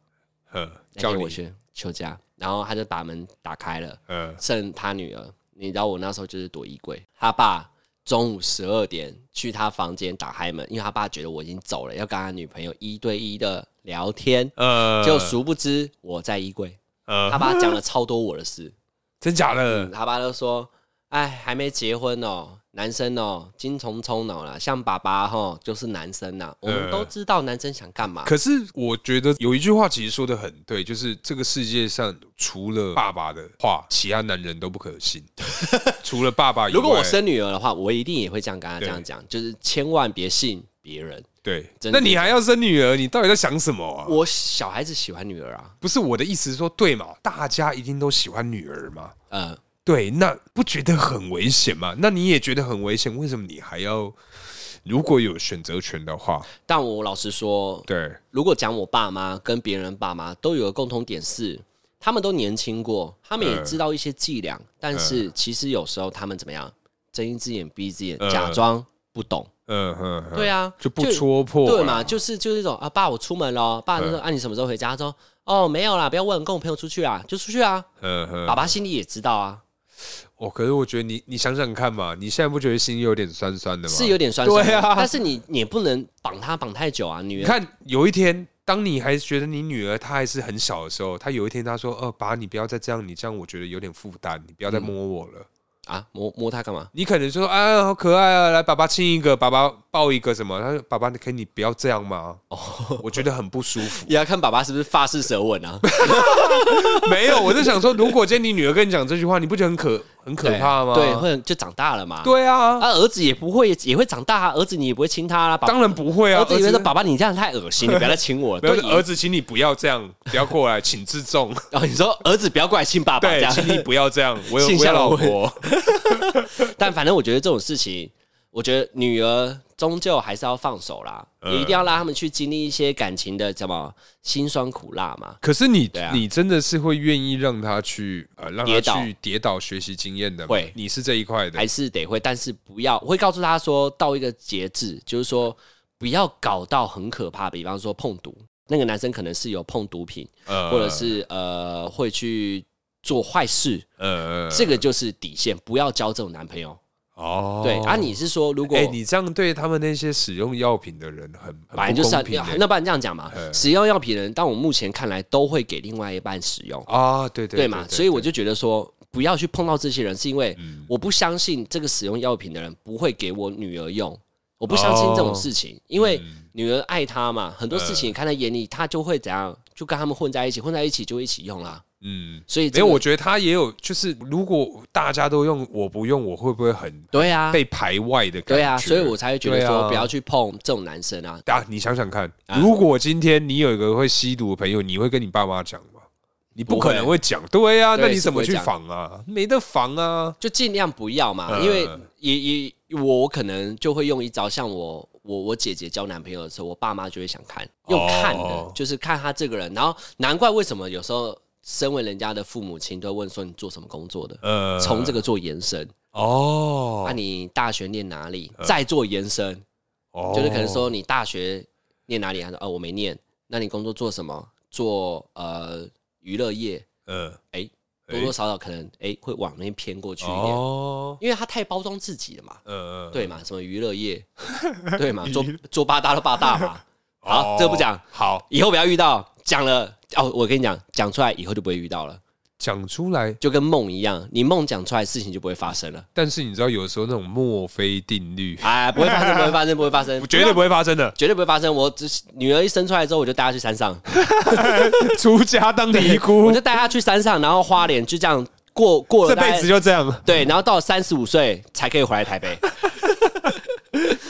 呃，
那
叫
天我
你，
休休假，然后他就把门打开了。
呃，
剩他女儿。你知道我那时候就是躲衣柜，他爸中午十二点去他房间打开门，因为他爸觉得我已经走了，要跟他女朋友一对一的聊天，
呃，
就殊不知我在衣柜。他嗯
呃，
爸讲了超多我的事，
真假的？
他爸就说：“哎，还没结婚哦，男生哦，精虫充脑啦，像爸爸吼就是男生呐，我们都知道男生想干嘛。”
呃可是我觉得有一句话其实说的很对，就是这个世界上除了爸爸的话，其他男人都不可信。 除了爸爸以外，
如果我生女儿的话，我一定也会这样跟他这
对
样讲，就是千万别信别人。
对，
真的
那你还要生女儿，你到底在想什么啊？
我小孩子喜欢女儿啊，
不是我的意思是说，对嘛？大家一定都喜欢女儿嘛？
嗯。
对，那不觉得很危险吗？那你也觉得很危险，为什么你还要？如果有选择权的话，
但我老实说，
对，
如果讲我爸妈跟别人爸妈都有个共同点是，他们都年轻过，他们也
嗯
知道一些伎俩，但是其实有时候他们怎么样，睁一只眼闭一只眼，
嗯
假装不懂。
嗯哼，哼
对啊，
就不戳嗯破，
对嘛，？就是就是一种啊，爸我出门了，爸就说啊你什么时候回家？他说哦没有啦，不要问，跟我朋友出去啦，就出去啊。
嗯哼，
爸爸心里也知道啊，
哦，可是我觉得你，你想想看嘛，你现在不觉得心有点酸酸的吗？
是有点酸酸的，
对啊
但是你你也不能绑他绑太久啊，女
你
人
看，有一天，当你还觉得你女儿她还是很小的时候，她有一天她说：“呃，爸，你不要再这样，你这样我觉得有点负担，你不要再
嗯
摸我了。
啊摸摸他干嘛？
你可能就说：“啊，好可爱啊，来，爸爸亲一个，爸爸抱一个什么？”他说：“爸爸，可以你不要这样吗？”哦，我觉得很不舒服。
也要看爸爸是不是发式舌吻啊。
没有，我在想说，如果今天你女儿跟你讲这句话，你不觉得很可很可怕吗？
对，，会就长大了嘛。
对啊，
啊，儿子也不会，也会长大啊。儿子你也不会亲他啦，爸爸。
当然不会啊，
儿子也会
儿
说：“
子
爸爸，你这样太恶心，你不要再亲我了。”
没有
对，
儿子，请你不要这样，不要过来，请 自重。
然哦后你说儿子不要过来亲爸啊爸这
对，
样。
请你不要这样，我有
性
我有
向
老
问题
婆。
但反正我觉得这种事情，我觉得女儿终究还是要放手啦，
嗯
也一定要让他们去经历一些感情的什么辛酸苦辣嘛。
可是你、
对啊
你真的是会愿意让他去呃让他
跌倒
去跌倒学习经验的吗？
会
你是这一块的
还是得会，但是不要我会告诉他说到一个节制，就是说不要搞到很可怕，比方说碰毒，那个男生可能是有碰毒品，
呃
或者是呃会去做坏事，
呃
这个就是底线，不要交这种男朋友。
哦
对啊，你是说如果
哎、你这样对他们那些使用药品的人很很
本来
不
就是
公
要
平欸
那不然这样讲嘛，
嗯
使用药品的人，但我目前看来都会给另外一半使用，
啊，对对
对嘛？所以我就觉得说。不要去碰到这些人，是因为
嗯
我不相信这个使用药品的人不会给我女儿
哦
用，我不相信这种事情，因为
嗯
女儿
呃
爱他嘛，很多事情看在眼里，他就会怎样，就跟他们混在一起，混在一起就一起用啦。
嗯，
所以
没
这
有，
个
我觉得他也有，就是如果大家都用，我不用，我会不会很
对啊，
被排外的感
对
觉？
啊，所以我才会觉得
对啊
说不要去碰这种男生啊。
啊，你想想看，
啊
如果今天你有一个会吸毒的朋友，你会跟你爸妈讲吗？你不
不会
可能会讲，对呀、啊，
对
那你怎么
是不
去
会讲
防啊？没得防啊！
就尽量不要嘛，
嗯
因为也也我可能就会用一招，像我我我姐姐交男朋友的时候，我爸妈就会想看，用看的，
哦
就是看他这个人，然后难怪为什么有时候身为人家的父母亲都会问说你做什么工作的，
呃，
从这个做延伸，那、
哦，嗯
你大学念哪里，再做延伸，
哦
就是可能说你大学念哪里，他说哦我没念，那你工作做什么？做呃娱乐业，
呃，
哎、多多少少可能哎、会往那边偏过去一点。
哦，
因为他太包装自己了嘛，
呃，
对嘛，什么娱乐 业，对嘛，做做八大的八大嘛。好，
哦
这不讲，
好，
以后不要遇到，讲了哦，我跟你讲，讲出来以后就不会遇到了，
讲出来。
就跟梦一样，你梦讲出来，事情就不会发生了，
但是你知道，有时候那种墨菲定律，
哎，不会发生，不会发 生，不会发 生，
绝对不
会。
会发生 的。
绝对不会发生。我只是女儿一生出来之后，我就带她去山上，
出家当尼
我
姑
就，带她去山上，然后花莲就这样过过了
这
大概
辈子就这样。
对，然后到三十五岁才可以回来台北。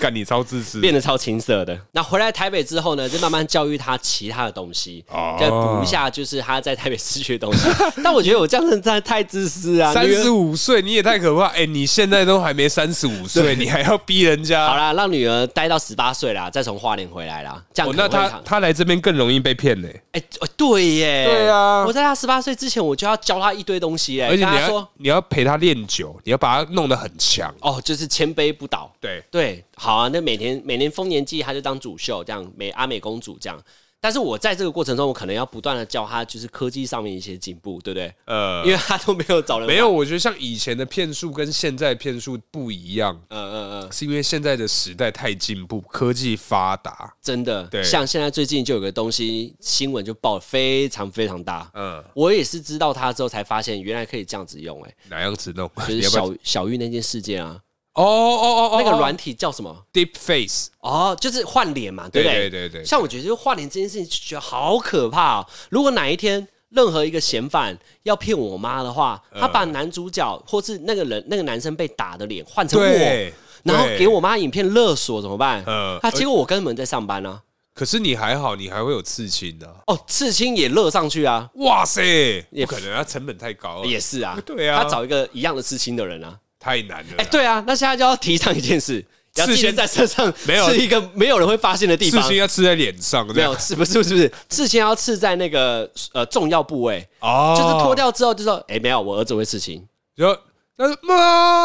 干你超自私，
变得超青涩的。那回来台北之后呢，就慢慢教育他其他的东西，
哦
再补一下就是他在台北失去 的东西。但我觉得我这样子真的太自私啊！
三
女儿
十五岁你也太可怕。哎，你现在都还没三十五岁，你还要逼人
好
家？
啦，让女儿待到十八岁啦，再从花莲回来啦，这样
哦
可，
那
能会
他
好
他来这边更容易被骗嘞。
哎、哦对耶，
对啊
我在他十八岁之前我就要教他一堆东西哎，
而且
跟
你
他说
要你要陪他练酒，你要把他弄得很强。
哦，就是千杯不倒。
对，
对，好啊，那每年每年丰年祭他就当主秀，这样美阿美公主这样。但是我在这个过程中，我可能要不断的教他，就是科技上面一些进步，对不对？
呃
因，为他都没有找人，
没有，，我觉得像以前的骗术跟现在的骗术不一样，
嗯嗯嗯，
是因为现在的时代太进步，科技发达。
真的，
对
像现在最近就有个东西新闻就爆得非常非常大，
嗯，
我也是知道它之后才发现原来可以这样子用、欸，
哪样子弄？
就
你
是
要不要
小小玉那件事件啊，
哦哦哦哦，
那个
哦
软体叫什么？
deep face，
哦，就是换脸嘛，对不
对
对？
对对对
像我觉得就换脸这件事情，就觉得好可怕、哦。如果哪一天任何一个嫌犯要骗我妈的话，
嗯
他把男主角或是那个人那个男生被打的脸换成我，
对，
然后
对
给。我妈影片勒索怎么办？
呃
啊，结果我根本在上班啊。
可是你还好，你还会有刺青的、
哦，刺青也勒上去啊，
哇塞，不
也
可能，它成本太高了，
也是啊，
对啊
他找一个一样的刺青的人啊，
太难了啦。
哎，对啊，那现在就要提倡一件 事，要
刺
刺
青
青在身上
没有
是一个没有人会发现的地
刺
方
青，要刺在脸上，这
没
样
有刺不是不是不是，刺青要刺在那个呃重要部位，
哦，
就是脱掉之后就说，哎，没有，我儿子会刺青，
然后他说妈，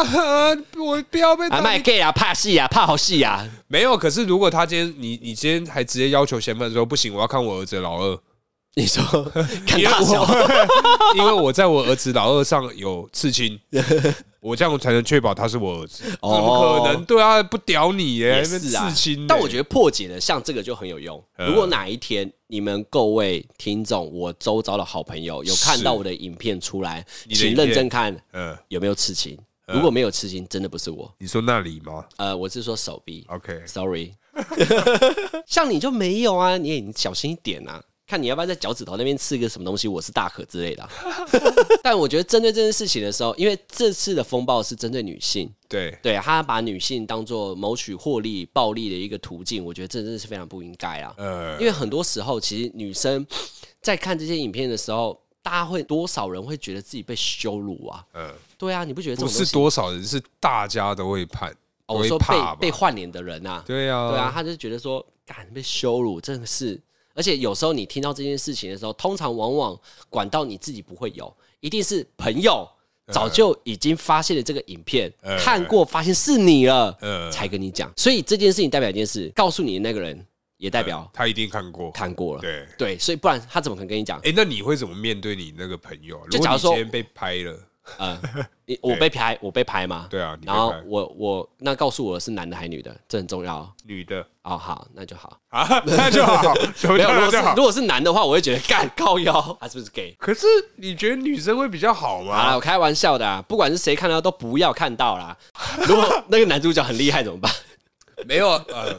呃我不要被
啊，
打。
卖 gay 啊，怕戏啊，怕好戏啊，
没有，可是如果他今天你你今天还直接要求嫌犯说不行，我要看我儿子的老二，
你 说看
因为
大小，
我因为我在我儿子老二上有刺青，我这样才能确保他是我儿子。
哦
怎么可能？对啊，不屌你耶，
也
那边
是啊
刺青耶。
但我觉得破解的像这个就很有用。
嗯
如果哪一天你们各位听众，我周遭的好朋友有看到我的影片出来，
你的影
请
片呃
认真看
嗯，
有没有刺青。如果没有刺青，真的不是我。
你说那里吗
呃，我是说手臂。
？OK，
Sorry，像你就没有啊，你也你小心一点啊。看你要不要在脚趾头那边刺一个什么东西，我是大可之类的啊、 但我觉得针对这件事情的时候，因为这次的风暴是针对女性，
对，
对他把女性当做谋取获利、暴利的一个途径，我觉得这真的是非常不应该啊。
呃
因，为很多时候，其实女生在看这些影片的时候，大家会多少人会觉得自己被羞辱啊？
呃，
对啊，你不觉得这
不
种东
是
西？
多少人，是大家都会判，
哦
都
我
会
说
怕
被被
吧？
换脸的人啊，
对啊，
对啊，，他就觉得说，干被羞辱，真的是。而且有时候你听到这件事情的时候，通常往往管到你自己不会有，一定是朋友
嗯
早就已经发现了这个影片，
呃
看过发现是你了，
呃，
才跟你讲。所以这件事情代表一件事，告诉你的那个人也代表
他一定看过，
看过了。
嗯对。
对，所以不然他怎么可能跟你讲？
哎，那你会怎么面对你那个朋友啊？
就
如果
假
你
如说
今天被拍了，
呃，你我被拍，我被拍吗？
对啊你被
然后
拍
我我那告诉我的是男的还是女的，这很重要哦。
女的
哦，好，那就 好。
啊，那 就好，什么
没有，
叫
如果
啊那就是好
如？果是男的话，我会觉得干高腰，他是不是 gay？
可是你觉得女生会比较好
好啦，
吗？
我开玩笑的、啊，不管是谁看到都不要看到啦。如果那个男主角很厉害怎么办？
没有呃，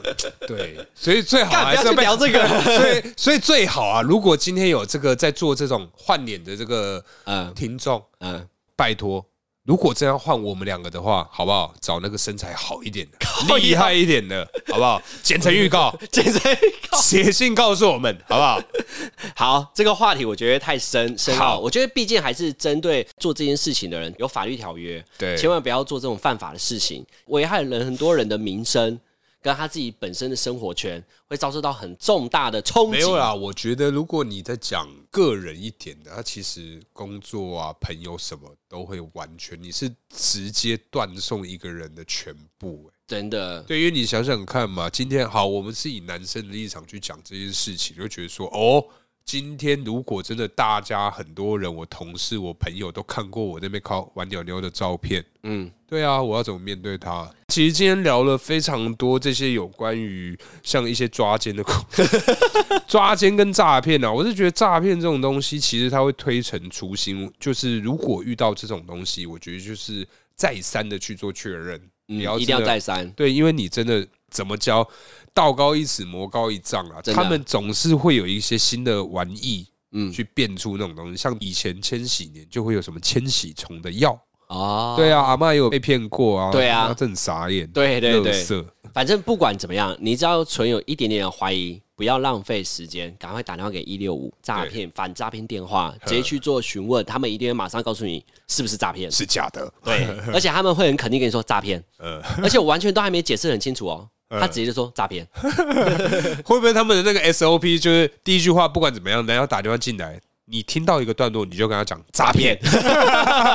对，所以最好
干
还是
不要去
被
聊这个
所以所以最好啊，如果今天有这个在做这种换脸的这个
嗯
听众，
嗯，
拜托，如果真要换我们两个的话，好不好？找那个身材好一点的、
腰
厉害一点的，好不好？剪成预告，
简直
写信告诉我们，好不好？
好，这个话题我觉得太深深奥，
好
我觉得毕竟还是针对做这件事情的人有法律条约，
对
千万不要做这种犯法的事情，危害人很多人的名声跟他自己本身的生活圈，会遭受到很重大的冲击。
没有啦，我觉得如果你在讲个人一点的，他其实工作啊、朋友什么都会完全，你是直接断送一个人的全部、欸。
真的，
对，因为你想想看嘛，今天好，我们是以男生的立场去讲这件事情，就觉得说，哦，今天如果真的大家很多人，我同事、我朋友都看过我那边靠玩鸟鸟的照片，
嗯，
对啊，我要怎么面对他？其实今天聊了非常多这些有关于像一些抓奸的故抓奸跟诈骗啊，我是觉得诈骗这种东西，其实它会推陈出新。就是如果遇到这种东西，我觉得就是再三的去做确认，
嗯
你要
一定要
真的
再三，
对，因为你真的怎么教，道高一尺，魔高一丈啊，
真的
他们总是会有一些新的玩意。
嗯，
去变出那种东西，像以前千禧年就会有什么千禧虫的药，
哦，
对啊，阿妈也有被骗过啊，
对啊
她真的傻眼，
对对
垃
对，
圾
反正不管怎么样，你只要存有一点点的怀疑，不要浪费时间，赶快打电话给一六五诈骗反诈骗电话，直接去做询问，他们一定会马上告诉你是不是诈骗。
是假的，
对， 而且他们会很肯定跟你说诈骗，
呃，
而且我完全都还没解释得很清楚哦，他直接就说诈骗，
会不会他们的那个 SOP 就是第一句话不管怎么样，人家打电话进来，你听到一个段落，你就跟他讲诈骗，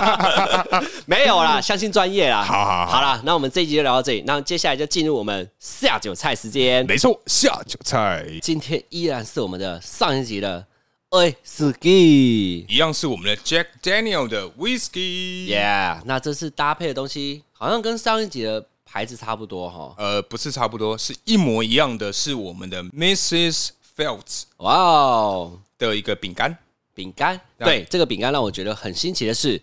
没有啦，相信专业啦。
好好好
好啦，那我们这一集就聊到这里，那接下来就进入我们下酒菜时间。
没错，下酒菜
今天依然是我们的上一集的哎 ski。
一样是我们的 Jack Daniel 的 Whisky，
Yeah，那这次搭配的东西好像跟上一集的牌子差不多哈。
呃，不是差不多，是一模一样的，是我们的 Mrs. Feltz
哇哦，
的一个饼干。
饼干，对这个饼干让我觉得很新奇的是，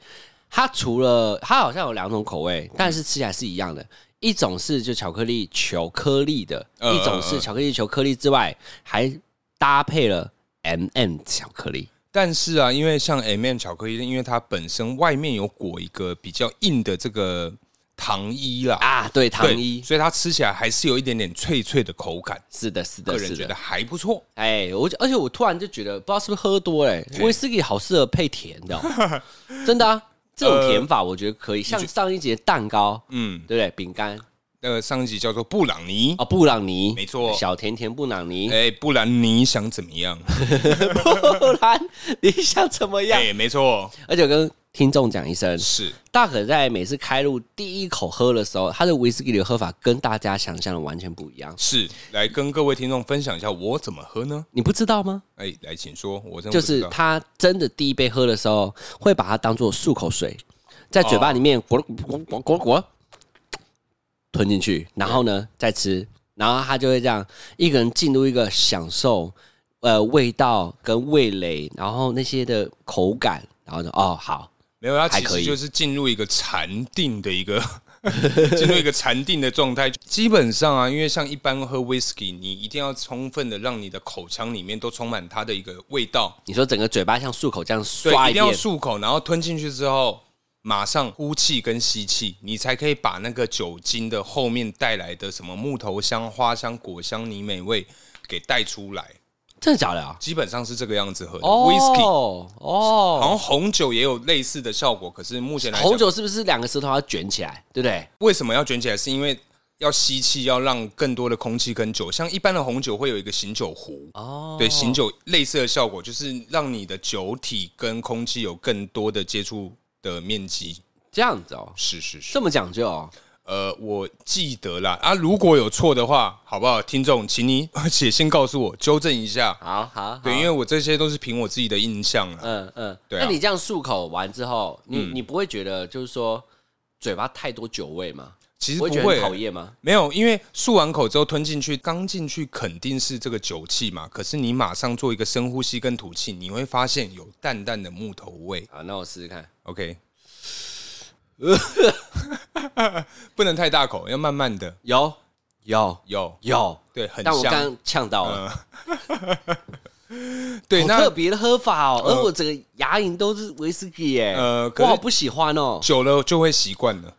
它除了它好像有两种口味，但是吃起来是一样的。一种是就巧克力球颗粒的，
嗯
呃
一种是巧克力球颗粒之外，还搭配了 M、m 巧克力。
但是啊，因为像 M、m 巧克力，因为它本身外面有裹一个比较硬的这个糖衣啦，
啊，对，糖
对
衣，
所以它吃起来还是有一点点脆脆的口感。
是的，是
个
的，
人
是
觉
的
得。还不错，
哎，我而且我突然就觉得，不知道是不是喝多了、欸，威士忌好适合配甜的哦、 真的啊，这种甜法我觉得
呃
可以，像上一节蛋糕，
嗯，
对不对？饼干
那个上一集叫做布朗尼，
啊，布朗尼，
没错
小甜甜布朗尼，
哎、布朗尼想怎么样？
不然你想怎么样？
哎、没错，
而且我跟听众讲一声，
是
大可在每次开路第一口喝的时候，他的威士忌的喝法跟大家想象的完全不一样，
是，来跟各位听众分享一下我怎么喝呢？
你不知道吗？
哎、来，请说，我真的
就
不知
是
道
他真的第一杯喝的时候，会把它当做漱口水，在
哦
嘴巴里面咕咕咕咕咕吞进去，然后呢再吃，然后他就会这样一个人进入一个享受，呃，味道跟味蕾，然后那些的口感，然后就哦好，
没有，它
还
其
可以
实就是进入一个禅定的一个 进入一个禅定的状态。基本上啊，因为像一般喝 whisky，你一定要充分的让你的口腔里面都充满它的一个味道，
你说整个嘴巴像漱口这样
对，
刷
一
一
定要
遍，
漱口，然后吞进去之后。马上呼气跟吸气，你才可以把那个酒精的后面带来的什么木头香、花香、果香、泥美味给带出来，
真的假的啊？
基本上是这个样子喝的。whisky
哦
好
哦，
像红酒也有类似的效果，可是目前来讲
红酒是不是两个舌头要卷起来，对不对？
为什么要卷起来？是因为要吸气，要让更多的空气跟酒。像一般的红酒会有一个醒酒壶，
哦，
对醒酒类似的效果，就是让你的酒体跟空气有更多的接触的面积。
这样子哦，
是是是，
这么讲究哦。
呃，我记得啦啊，如果有错的话，好不好？听众，请你 写信告诉我，纠正一下。
好好，
对，
好
因为我这些都是凭我自己的印象啦。
嗯嗯，
对
那
啊
你这样漱口完之后，你、你不会觉得就是说嘴巴太多酒味吗？
其实
不
不
会觉得
会
很
欸
讨厌吗？
没有，因为漱完口之后吞进去，刚进去肯定是这个酒气嘛。可是你马上做一个深呼吸跟吐气，你会发现有淡淡的木头味。
啊，那我试试看。
OK，不能太大口，要慢慢的。
有有
有，
有，
对，很
但我刚
像。
刚呛到了，
对，
好
那
特别的喝法哦，而我整个牙龈都是威士忌耶，
呃可
我
是
好不喜欢哦，
久了就会习惯了。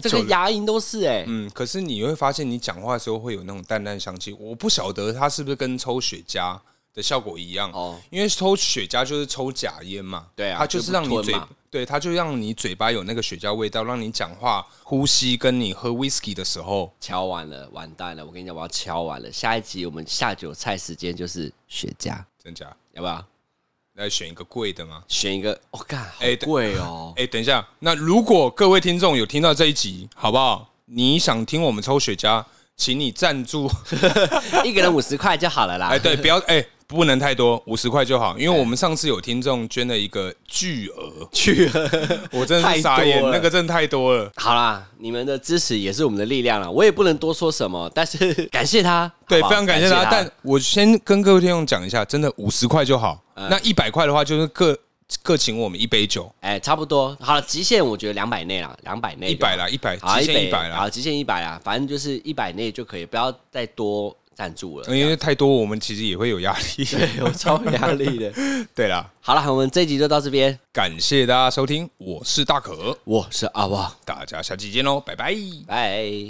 这个牙龈都是哎，
嗯，可是你会发现，你讲话的时候会有那种淡淡香气。我不晓得它是不是跟抽雪茄的效果一样，
哦，
因为抽雪茄就是抽假烟嘛，
对啊
它就是让
就
你
不
嘴
吞嘛，
对，它就让你嘴巴有那个雪茄味道，让你讲话、呼吸，跟你喝 whisky 的时候，
敲完了，完蛋了，我跟你讲，我要敲完了，下一集我们下酒菜时间就是雪茄，
真假？
要不要
来选一个贵的吗？
选一个？我干，好
哎等
贵 哦，
哎、等一下，那如果各位听众有听到这一集，好不好？你想听我们抽雪茄，请你赞助。
一个人五十块就好了啦
哎、，对，不要哎、不能太多，五十块就好，因为我们上次有听众捐了一个巨额，
去。
我真的是傻
太
眼
多，了
那个真的太多了。
好啦，你们的支持也是我们的力量了，我也不能多说什么，但是 感谢他，
对，
好不
非
好
常感谢
谢啊
大家。但我先跟各位听众讲一下，真的五十块就好，
嗯
那一百块的话就是各各请我们一杯酒，
哎、差不多，好了，极限我觉得两百内啦，两百内
一
就好
百，啦，一百，
好
极限一百啦，
好，极限一百啦，反正就是一百内就可以，不要再多赞助 了。
因为太多我们其实也会有压 力。
有超有压力的。
对啦，
好了，我们这集就到这边，
感谢大家收听，我是大可，
我是阿旺，
大家下期见喽，拜拜。
拜。